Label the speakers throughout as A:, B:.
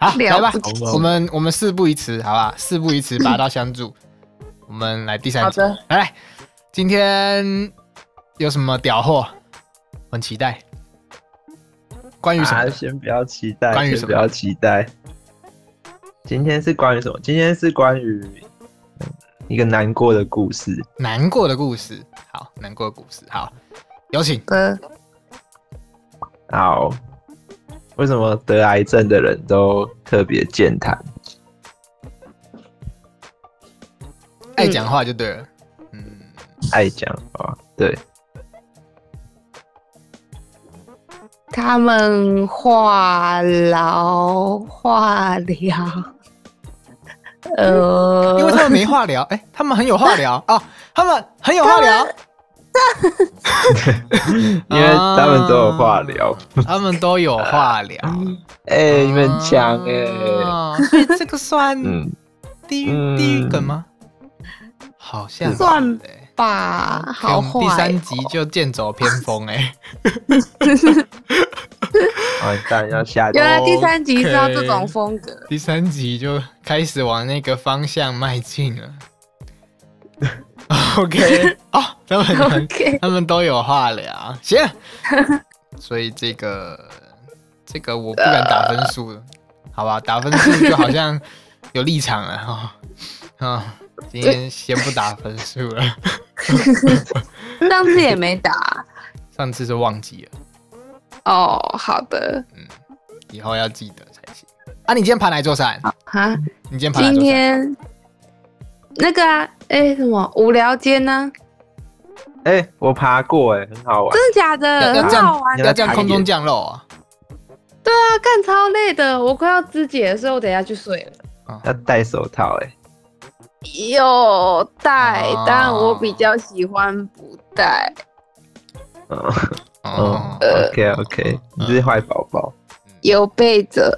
A: 来吧
B: 了不起，
A: 我们我们事不宜迟，好吧？事不宜迟，拔刀相助。我们来第三
B: 好
A: 集，
B: 的
A: 来来，今天有什么屌货？很期待。关于什么
C: 啊，
A: 的？
C: 先不要期待，
A: 关于
C: 先
A: 什么
C: 不要期待。今天是关于什么？今天是关于嗯一个难过的故事。
A: 难过的故事。好，难过的故事。好，有请。
B: 呃，
C: 好，为什么得癌症的人都特别健谈？
A: 爱讲话就对了。嗯，
C: 爱讲话？对，
B: 他们话痨、话聊，
A: 因为
B: 呃，
A: 他们没话聊，哎、他们很有话聊啊、哦，他们很有话聊，
C: 因为
A: 啊
C: 他们都有话聊。
A: 他们都有话聊。
C: 哎、你们
A: 啊
C: 很强哎、
A: 哦所以这个算
C: 嗯，
A: 地
C: 嗯
A: 狱地狱梗吗？好像
B: 算
A: 是哎
B: 吧，好
A: 我们第
B: 坏
A: 三
B: 哦
A: 集就剑走偏锋哎，
C: 完蛋，要下
B: 原
C: 掉。
B: 来第三集是要这
A: OK
B: 种风格，
A: 第三集就开始往那个方向迈进了。OK，哦，他们很
B: OK，
A: 他们都有话聊，行。所以这个这个我不敢打分数了，好吧？打分数就好像有立场了哈。 啊、今天先不打分数了，
B: 上次也没打
A: 上次是忘记了，
B: 哦。好的，
A: 嗯以后要记得才行。啊，你今天爬哪一座山？
B: 哈，
A: 你今天爬哪一
B: 啊今
A: 座山？
B: 天那个啊，哎、什么无聊间呢、
C: 哎、我爬过哎、很好玩。
B: 真的假
A: 要
B: 的？
A: 要
B: 很
A: 这
B: 好
A: 样
B: 玩，
C: 你
A: 要这样空中降落啊！
B: 啊，干超累的，我快要肢解的时候，我等一下去睡了。
C: 要戴手套哎、
B: 有带
A: 哦，
B: 但我比较喜欢不带。
C: 嗯
A: 哦嗯
C: 嗯、，o k OK，你是坏宝宝。
B: 呃有备着，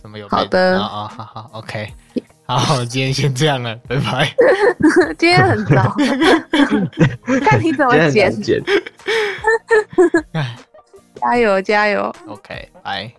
A: 什么有
B: 好的
A: 啊啊好好 OK，好，今天先这样了，拜拜。
B: 今天很 早，看你怎
C: 今天
B: 么
C: 很
B: 剪
C: 难，剪。
B: 加油加油。
A: OK，拜。